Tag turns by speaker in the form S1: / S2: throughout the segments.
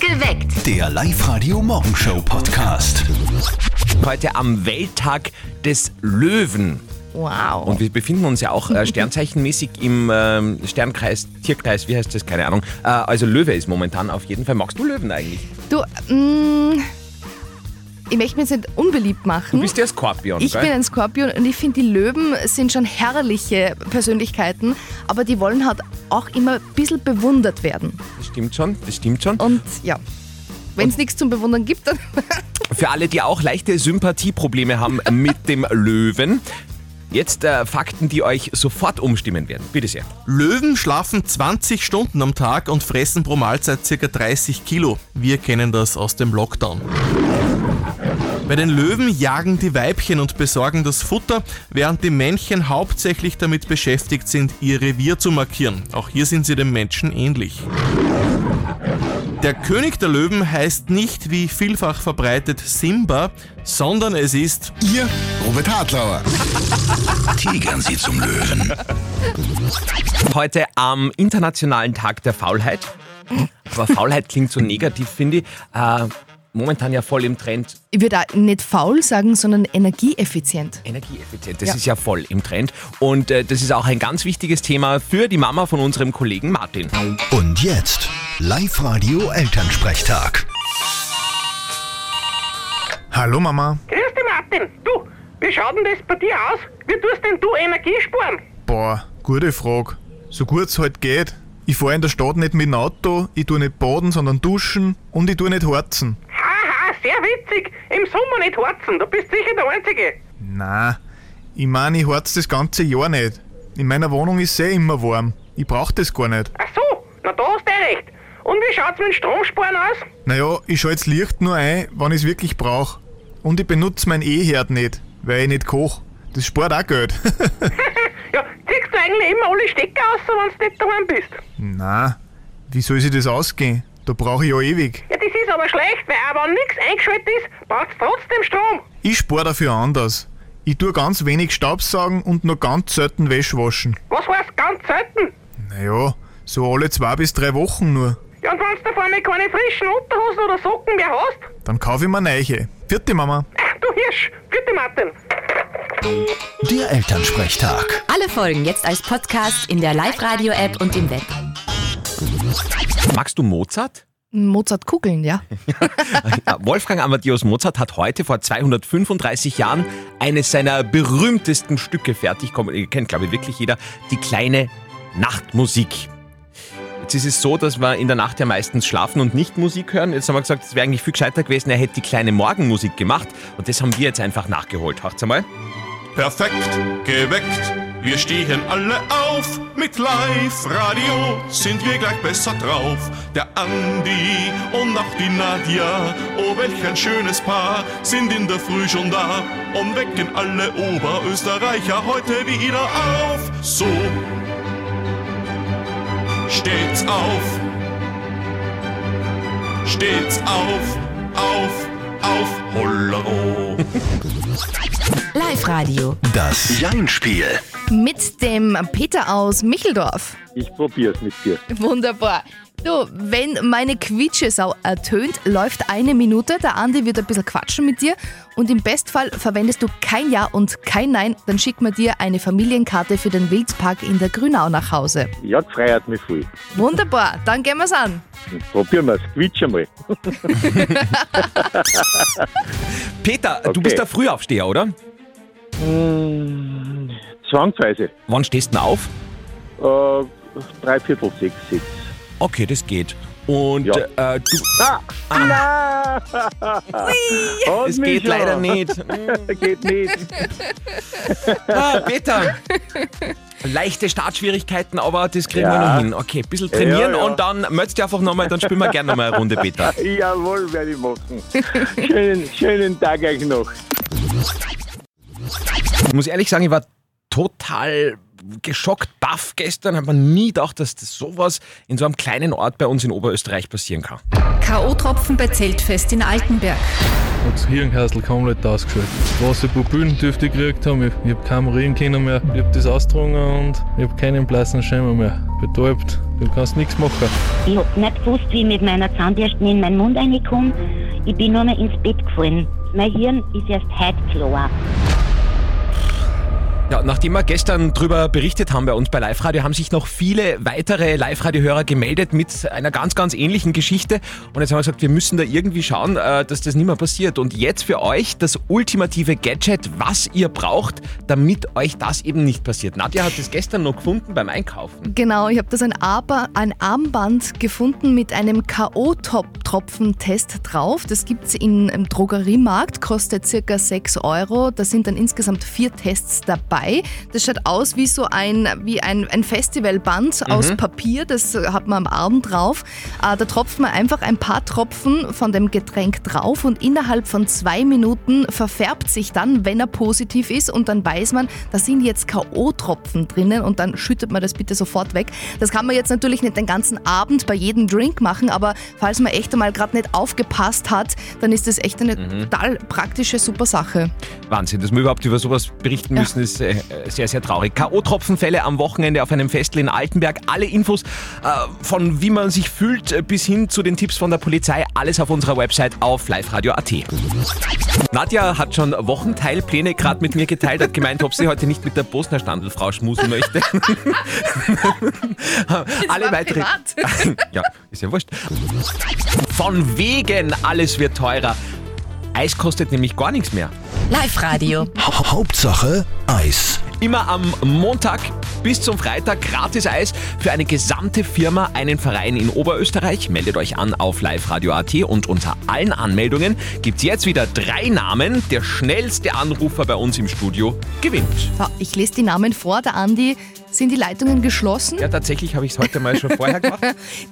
S1: Geweckt.
S2: Der Live-Radio-Morgenshow-Podcast.
S3: heute am Welttag des Löwen.
S1: Wow.
S3: Und wir befinden uns ja auch äh, sternzeichenmäßig im ähm, Sternkreis, Tierkreis, wie heißt das? Keine Ahnung. Äh, also Löwe ist momentan auf jeden Fall. Magst du Löwen eigentlich?
S1: du, mh, ich möchte mich jetzt nicht unbeliebt machen.
S3: Du bist ja Skorpion,
S1: Hm? ich bin
S3: gell?
S1: ein Skorpion und ich finde, die Löwen sind schon herrliche Persönlichkeiten, aber die wollen halt auch immer ein bisschen bewundert werden.
S3: das stimmt schon, das stimmt schon.
S1: Und ja, wenn es nichts zum Bewundern gibt, dann
S3: Für alle, die auch leichte Sympathieprobleme haben mit dem Löwen, jetzt äh, Fakten, die euch sofort umstimmen werden. Bitte sehr.
S4: Löwen schlafen 20 Stunden am Tag und fressen pro Mahlzeit ca. 30 Kilo. Wir kennen das aus dem Lockdown. Bei den Löwen jagen die Weibchen und besorgen das Futter, während die Männchen hauptsächlich damit beschäftigt sind, ihr Revier zu markieren. Auch hier sind sie dem Menschen ähnlich. Der König der Löwen heißt nicht wie vielfach verbreitet Simba, sondern es ist
S5: Ihr Robert Hartlauer.
S2: Tigern Sie zum Löwen.
S3: Heute am Internationalen Tag der Faulheit. Aber Faulheit klingt so negativ, finde ich. Äh, momentan ja voll im Trend.
S1: ich würde auch nicht faul sagen, sondern energieeffizient.
S3: Energieeffizient, das ist ja voll im Trend. Und äh, das ist auch ein ganz wichtiges Thema für die Mama von unserem Kollegen Martin.
S2: Und jetzt Live-Radio Elternsprechtag.
S6: Hallo Mama.
S7: Grüß dich, Martin. Du, wie schaut denn das bei dir aus? Wie tust denn du Energie sparen?
S6: Boah, gute Frage. So gut es halt geht. Ich fahre in der Stadt nicht mit dem Auto, ich tu nicht baden, sondern duschen und ich tu nicht harzen.
S7: Haha, sehr witzig. Im Sommer nicht harzen, du bist sicher der Einzige.
S6: Na, ich meine, ich harz das ganze Jahr nicht. In meiner Wohnung ist eh immer warm. Ich brauch das gar nicht.
S7: Ach so, na da hast du eh recht. Und wie schaut's mit dem Stromsparen aus?
S6: Naja, ich schalte das Licht nur ein, wann ich's wirklich brauch. Und ich benutze mein E-Herd nicht, weil ich nicht koch. Das spart auch Geld.
S7: Ja, ziehst du eigentlich immer alle Stecker aus, wenn du nicht daheim bist?
S6: Na, wie soll sich das ausgehen? Da brauche ich ja ewig.
S7: Ja, das ist aber schlecht, weil auch wenn nichts eingeschaltet ist, braucht's trotzdem Strom.
S6: Ich spare dafür anders. Ich tu ganz wenig Staubsaugen und nur ganz selten Wäsche waschen.
S7: Was heißt ganz selten?
S6: Naja, so alle zwei bis drei Wochen nur.
S7: Ja, und wenn's davon nicht keine frischen Unterhosen oder Socken mehr hast?
S6: Dann kaufe ich mir neiche. Vierte Mama.
S7: Ach, du Hirsch. Bitte, Martin.
S2: Der Elternsprechtag.
S8: Alle Folgen jetzt als Podcast in der Live-Radio-App und im Web.
S3: Magst du Mozart?
S1: Mozart kugeln, ja.
S3: Ja, Wolfgang Amadeus Mozart hat heute vor 235 Jahren eines seiner berühmtesten Stücke fertig kommen. Ihr kennt, glaube ich, wirklich jeder. Die kleine Nachtmusik. Jetzt ist es so, dass wir in der Nacht ja meistens schlafen und nicht Musik hören. Jetzt haben wir gesagt, es wäre eigentlich viel gescheiter gewesen, er hätte die kleine Morgenmusik gemacht. Und das haben wir jetzt einfach nachgeholt. Hört's einmal.
S4: Perfekt geweckt. Wir stehen alle auf. Mit Live-Radio sind wir gleich besser drauf. Der Andi und auch die Nadja. Oh, welch ein schönes Paar. Sind in der Früh schon da und wecken alle Oberösterreicher heute wieder auf. So steht's auf. Steht's auf, auf, auf, hollero.
S8: Live-Radio.
S2: Das Jein-Spiel.
S1: Mit dem Peter aus Micheldorf.
S9: Ich probiere es mit dir.
S1: Wunderbar. Du, wenn meine Quietschesau ertönt, läuft eine Minute. Der Andi wird ein bisschen quatschen mit dir. Und im Bestfall verwendest du kein Ja und kein Nein. Dann schicken wir dir eine Familienkarte für den Wildpark in der Grünau nach Hause.
S9: Ja, das freut mich voll.
S1: Wunderbar, dann gehen wir's an.
S9: Probieren wir es. Quitsch einmal.
S3: Peter, du
S9: Okay.
S3: bist der Frühaufsteher, oder?
S9: Hm, Zwangweise.
S3: Wann stehst du denn auf?
S9: Äh, drei Viertel sechs, sechs.
S3: Okay, das geht. Und
S9: Ja.
S3: äh, du,
S9: Ah! Und
S3: es geht
S9: Micha.
S3: leider nicht.
S9: Geht nicht.
S3: Ah, Peter. Leichte Startschwierigkeiten, aber das kriegen wir
S9: Ja.
S3: noch hin. Okay, ein bisschen trainieren
S9: Ja, ja.
S3: und dann meldest du einfach nochmal, dann spielen wir gerne nochmal eine Runde, Peter.
S9: Jawohl, werde ich machen. Schönen, schönen Tag euch noch.
S3: Ich muss ehrlich sagen, ich war total geschockt baff gestern, hat man nie gedacht, dass das sowas in so einem kleinen Ort bei uns in Oberösterreich passieren kann.
S10: K.O.-Tropfen bei Zeltfest in Altenberg.
S11: Hat das Hirnhassel komplett ausgeschaltet. Was ich Pupillendüfte gekriegt habe, ich, ich habe keinen Urin können mehr, ich habe das ausgetrunken und ich habe keinen blassen Schimmer mehr. Betäubt, du kannst nichts machen.
S12: Ich hab nicht gewusst, wie ich mit meiner Zahnbürste in meinen Mund reinkomme. Ich bin nur noch ins Bett gefallen. Mein Hirn ist erst heute klar.
S3: Ja, nachdem wir gestern drüber berichtet haben bei uns bei Live Radio, haben sich noch viele weitere Live Radio Hörer gemeldet mit einer ganz, ganz ähnlichen Geschichte. Und jetzt haben wir gesagt, wir müssen da irgendwie schauen, äh, dass das nicht mehr passiert. Und jetzt für euch das ultimative Gadget, was ihr braucht, damit euch das eben nicht passiert. Nadja hat es gestern noch gefunden beim Einkaufen.
S1: Genau, ich habe das ein, Arba ein Armband gefunden mit einem K.O.-Tropfentest drauf. Das gibt es im Drogeriemarkt, kostet circa 6 Euro. Da sind dann insgesamt vier Tests dabei. Das schaut aus wie so ein, wie ein, ein Festivalband aus
S13: Mhm.
S1: Papier, das hat man am Arm drauf. Äh, da tropft man einfach ein paar Tropfen von dem Getränk drauf und innerhalb von zwei Minuten verfärbt sich dann, wenn er positiv ist und dann weiß man, da sind jetzt K.O.-Tropfen drinnen und dann schüttet man das bitte sofort weg. Das kann man jetzt natürlich nicht den ganzen Abend bei jedem Drink machen, aber falls man echt einmal gerade nicht aufgepasst hat, dann ist das echt eine
S3: Mhm.
S1: total praktische, super Sache.
S3: Wahnsinn, dass wir überhaupt über sowas berichten müssen, ist äh, äh, sehr, sehr traurig. K.O.-Tropfenfälle am Wochenende auf einem Festl in Altenberg. Alle Infos äh, von wie man sich fühlt äh, bis hin zu den Tipps von der Polizei, alles auf unserer Website auf liveradio.at. Nadja hat schon Wochenteilpläne gerade mit mir geteilt, hat gemeint, ob sie heute nicht mit der Bosner Standelfrau schmusen möchte. Alle weiteren. ja, ist ja wurscht. Von wegen, alles wird teurer. Eis kostet nämlich gar nichts mehr.
S8: Live Radio.
S3: Hauptsache Eis. Immer am Montag bis zum Freitag gratis Eis für eine gesamte Firma, einen Verein in Oberösterreich. Meldet euch an auf liveradio.at und unter allen Anmeldungen gibt es jetzt wieder drei Namen. Der schnellste Anrufer bei uns im Studio gewinnt.
S1: So, ich lese die Namen vor. Der Andi, sind die Leitungen geschlossen?
S3: Ja, tatsächlich habe ich es heute mal schon vorher gemacht.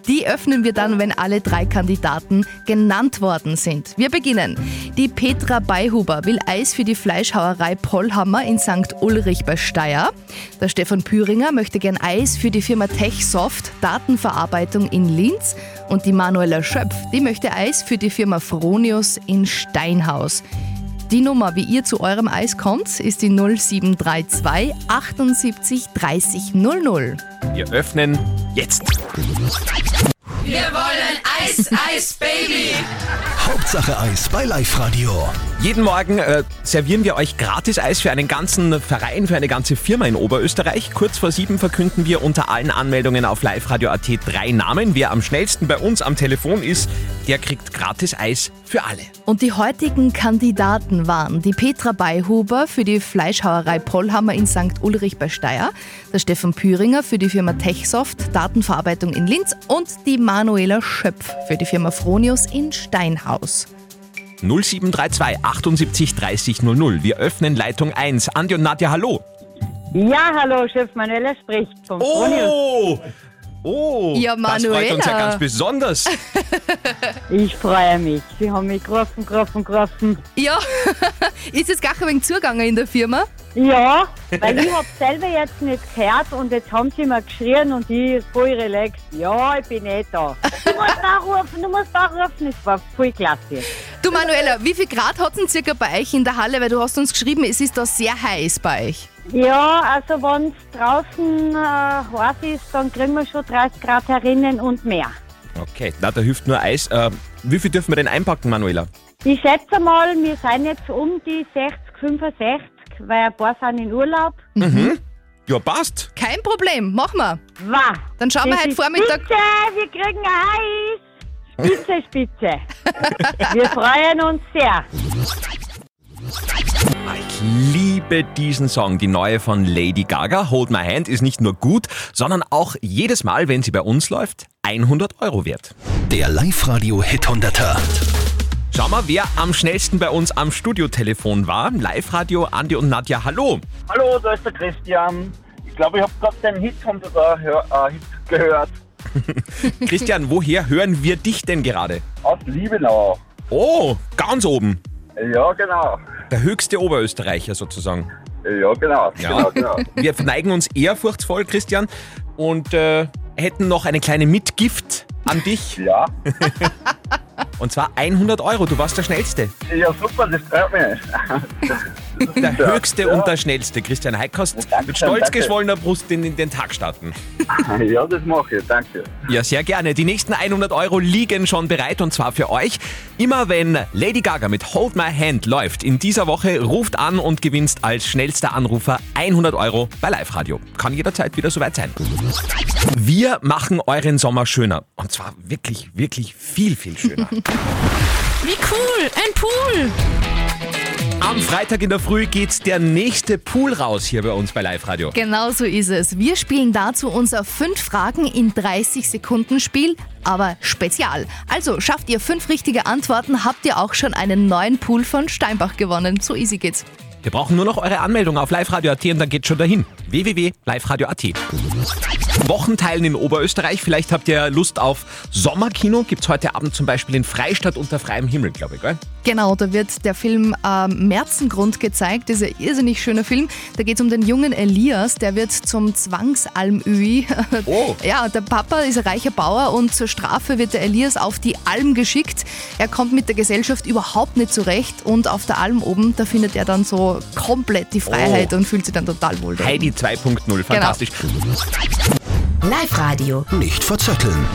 S1: Die öffnen wir dann, wenn alle drei Kandidaten genannt worden sind. Wir beginnen. Die Petra Beihuber will Eis für die Fleischhauerei Pollhammer in St. Ulrich bei Steyr. Der Stefan Püringer möchte gern Eis für die Firma Techsoft Datenverarbeitung in Linz. Und die Manuela Schöpf, die möchte Eis für die Firma Fronius in Steinhaus. Die Nummer, wie ihr zu eurem Eis kommt, ist die 0732 78 30 00.
S3: Wir öffnen jetzt.
S13: Wir wollen Eis, Eis, Baby.
S3: Hauptsache Eis bei Live Radio. Jeden Morgen äh, servieren wir euch gratis Eis für einen ganzen Verein, für eine ganze Firma in Oberösterreich. Kurz vor sieben verkünden wir unter allen Anmeldungen auf liveradio.at drei Namen. Wer am schnellsten bei uns am Telefon ist, der kriegt gratis Eis für alle.
S1: Und die heutigen Kandidaten waren die Petra Beihuber für die Fleischhauerei Pollhammer in St. Ulrich bei Steyr, der Stefan Püringer für die Firma Techsoft Datenverarbeitung in Linz und die Manuela Schöpf für die Firma Fronius in Steinhaus.
S3: 0732 78 30 00. Wir öffnen Leitung 1. Andi und Nadja, hallo.
S14: Ja, hallo, Chef Manuela spricht vom
S3: Oh! Oh!
S14: Ja,
S3: Das freut uns ja
S14: Manuela.
S3: ganz besonders.
S14: Ich freue mich. Sie haben mich gerufen, gerufen, gerufen.
S1: Ja, ist es gar kein wenig Zugang in der Firma?
S14: Ja, Weil ich habe selber jetzt nicht gehört und jetzt haben sie mir geschrien und ich voll relaxed. Ja, ich bin eh da. Du musst nachrufen, du musst nachrufen. Es war voll klasse.
S1: Du Manuela, wie viel Grad hat es denn circa bei euch in der Halle? Weil du hast uns geschrieben, es ist da sehr heiß bei euch.
S14: Ja, also wenn es draußen äh, heiß ist, dann kriegen wir schon 30 Grad herinnen und mehr.
S3: Okay, na, da hilft nur Eis. Äh, wie viel dürfen wir denn einpacken, Manuela?
S14: Ich schätze mal, wir sind jetzt um die 60, 65, weil ein paar sind in Urlaub.
S3: Mhm. Ja, passt.
S1: Kein Problem, mach mal.
S14: Wow.
S1: Dann schauen wir
S14: Das
S1: heute
S14: ist
S1: Vormittag.
S14: Spitze, wir kriegen Eis. Spitze, Spitze. wir freuen uns sehr.
S3: Ich liebe diesen Song. Die neue von Lady Gaga, Hold My Hand, ist nicht nur gut, sondern auch jedes Mal, wenn sie bei uns läuft, 100 Euro wert. Der Live-Radio Hit 100 Schau mal, wer am schnellsten bei uns am Studiotelefon war. Live-Radio, Andi und Nadja, hallo.
S9: Hallo, da ist der Christian. Ich glaube, ich habe gerade deinen Hitcomputer hör, äh, Hit gehört.
S3: Christian, woher hören wir dich denn gerade?
S9: Aus Liebenau.
S3: Oh, ganz oben.
S9: Genau. Ja, genau.
S3: Der höchste Oberösterreicher sozusagen.
S9: Ja, genau.
S3: Ja.
S9: genau, genau.
S3: Wir verneigen uns ehrfurchtsvoll, Christian, und äh, hätten noch eine kleine Mitgift an dich.
S9: Ja.
S3: Und zwar 100 Euro, du warst der Schnellste.
S9: Ja, super, das freut mich.
S3: Der Höchste und der Schnellste. Christian Heikost mit stolz
S9: danke.
S3: geschwollener Brust in, in den Tag starten.
S9: Ja, das mache ich, danke.
S3: Ja, sehr gerne. Die nächsten 100 Euro liegen schon bereit und zwar für euch. Immer wenn Lady Gaga mit Hold My Hand läuft, in dieser Woche ruft an und gewinnst als schnellster Anrufer 100 Euro bei Live Radio. Kann jederzeit wieder soweit sein. Wir machen euren Sommer schöner. Und zwar wirklich, wirklich viel, viel schöner.
S13: Wie cool, ein Pool.
S3: Am Freitag in der Früh geht der nächste Pool raus hier bei uns bei Live Radio.
S1: Genau so ist es. Wir spielen dazu unser 5 Fragen in 30 Sekunden Spiel, aber spezial. Also schafft ihr 5 richtige Antworten, habt ihr auch schon einen neuen Pool von Steinbach gewonnen. So easy geht's.
S3: Wir brauchen nur noch eure Anmeldung auf liveradio.at und dann geht's schon dahin. www.liveradio.at Wochenteilen in Oberösterreich. Vielleicht habt ihr Lust auf Sommerkino. Gibt's heute Abend zum Beispiel in Freistadt unter freiem Himmel, glaube ich, gell?
S1: Genau, da wird der Film ähm, Merzengrund gezeigt, dieser irrsinnig schöne Film. Da geht es um den jungen Elias, der wird zum Zwangsalmöhi.
S3: Oh.
S1: Ja, der Papa ist ein reicher Bauer und zur Strafe wird der Elias auf die Alm geschickt. Er kommt mit der Gesellschaft überhaupt nicht zurecht und auf der Alm oben, da findet er dann so komplett die Freiheit
S3: Oh.
S1: und fühlt sich dann total wohl. dort.
S3: Heidi 2.0, fantastisch.
S1: Live Radio.
S2: Nicht verzetteln.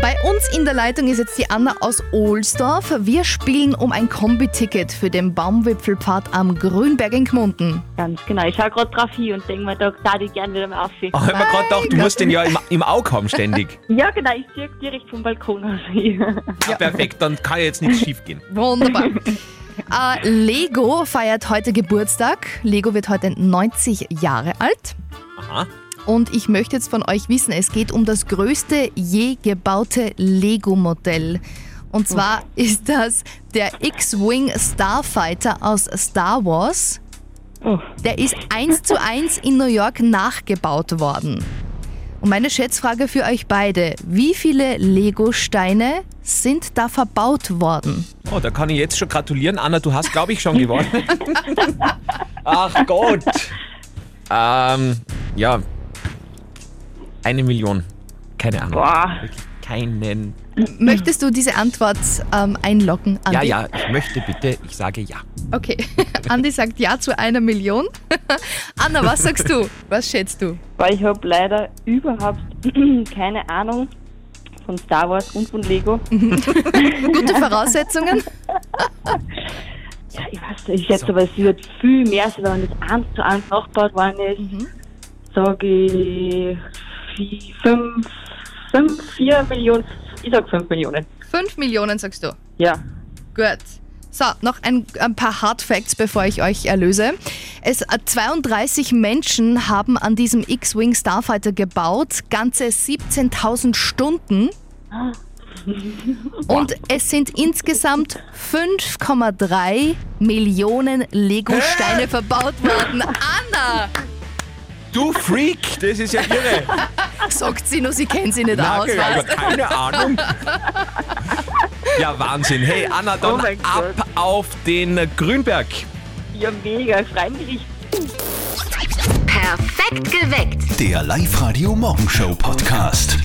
S1: Bei uns in der Leitung ist jetzt die Anna aus Ohlsdorf. Wir spielen um ein Kombi-Ticket für den Baumwipfelpfad am Grünberg in Gmunden.
S15: Ganz genau. Ich schaue gerade drauf hin und denke mir, da darf ich gerne wieder mal aufsehen.
S3: Oh, hab ich mir gerade gedacht, du musst den ja im, im Auge haben ständig.
S15: Ja, genau. Ich sehe direkt vom Balkon aus.
S3: Ja. Perfekt, dann kann ja jetzt nichts schief gehen.
S1: Wunderbar. äh, Lego feiert heute Geburtstag. Lego wird heute 90 Jahre alt.
S3: Aha.
S1: Und ich möchte jetzt von euch wissen, es geht um das größte je gebaute Lego-Modell. Und zwar ist das der X-Wing Starfighter aus Star Wars. Der ist eins zu eins in New York nachgebaut worden. Und meine Schätzfrage für euch beide: Wie viele Lego-Steine sind da verbaut worden?
S3: Oh, da kann ich jetzt schon gratulieren. Anna, du hast, glaube ich, schon gewonnen. Ach Gott. Ähm, ja. Eine Million. Keine Ahnung.
S1: Boah.
S3: Wirklich keinen.
S1: Möchtest du diese Antwort ähm, einloggen?
S3: Hm. Ja,
S1: Andi?
S3: ja, ich möchte bitte, ich sage ja.
S1: Okay. Andi sagt ja zu einer Million. Anna, was sagst du? Was schätzt du?
S15: Weil ich habe leider überhaupt keine Ahnung von Star Wars und von Lego.
S1: Gute Voraussetzungen?
S15: ja, ich weiß nicht. Ich schätze, aber es wird viel mehr sein, wenn das eins zu eins nachgebaut worden ist. Sage ich 5, 4 Millionen. Ich sag 5 Millionen.
S1: Fünf Millionen sagst du.
S15: Ja.
S1: Gut. So, noch ein, ein paar Hard Facts, bevor ich euch erlöse. Es, äh, 32 Menschen haben an diesem X-Wing Starfighter gebaut, ganze 17.000 Stunden. Und es sind insgesamt 5,3 Millionen Lego-Steine verbaut worden. Anna!
S3: Du Freak, das ist ja irre.
S1: Sagt sie nur, sie kennt sie nicht
S3: Na,
S1: aus.
S3: ich
S1: weißt
S3: habe
S1: du?
S3: keine Ahnung. Ja, Wahnsinn. Hey, Anna, dann
S15: Oh mein
S3: ab auf den Grünberg.
S15: Ja, mega. Ich freue mich richtig.
S2: Der Live-Radio Morgenshow Podcast.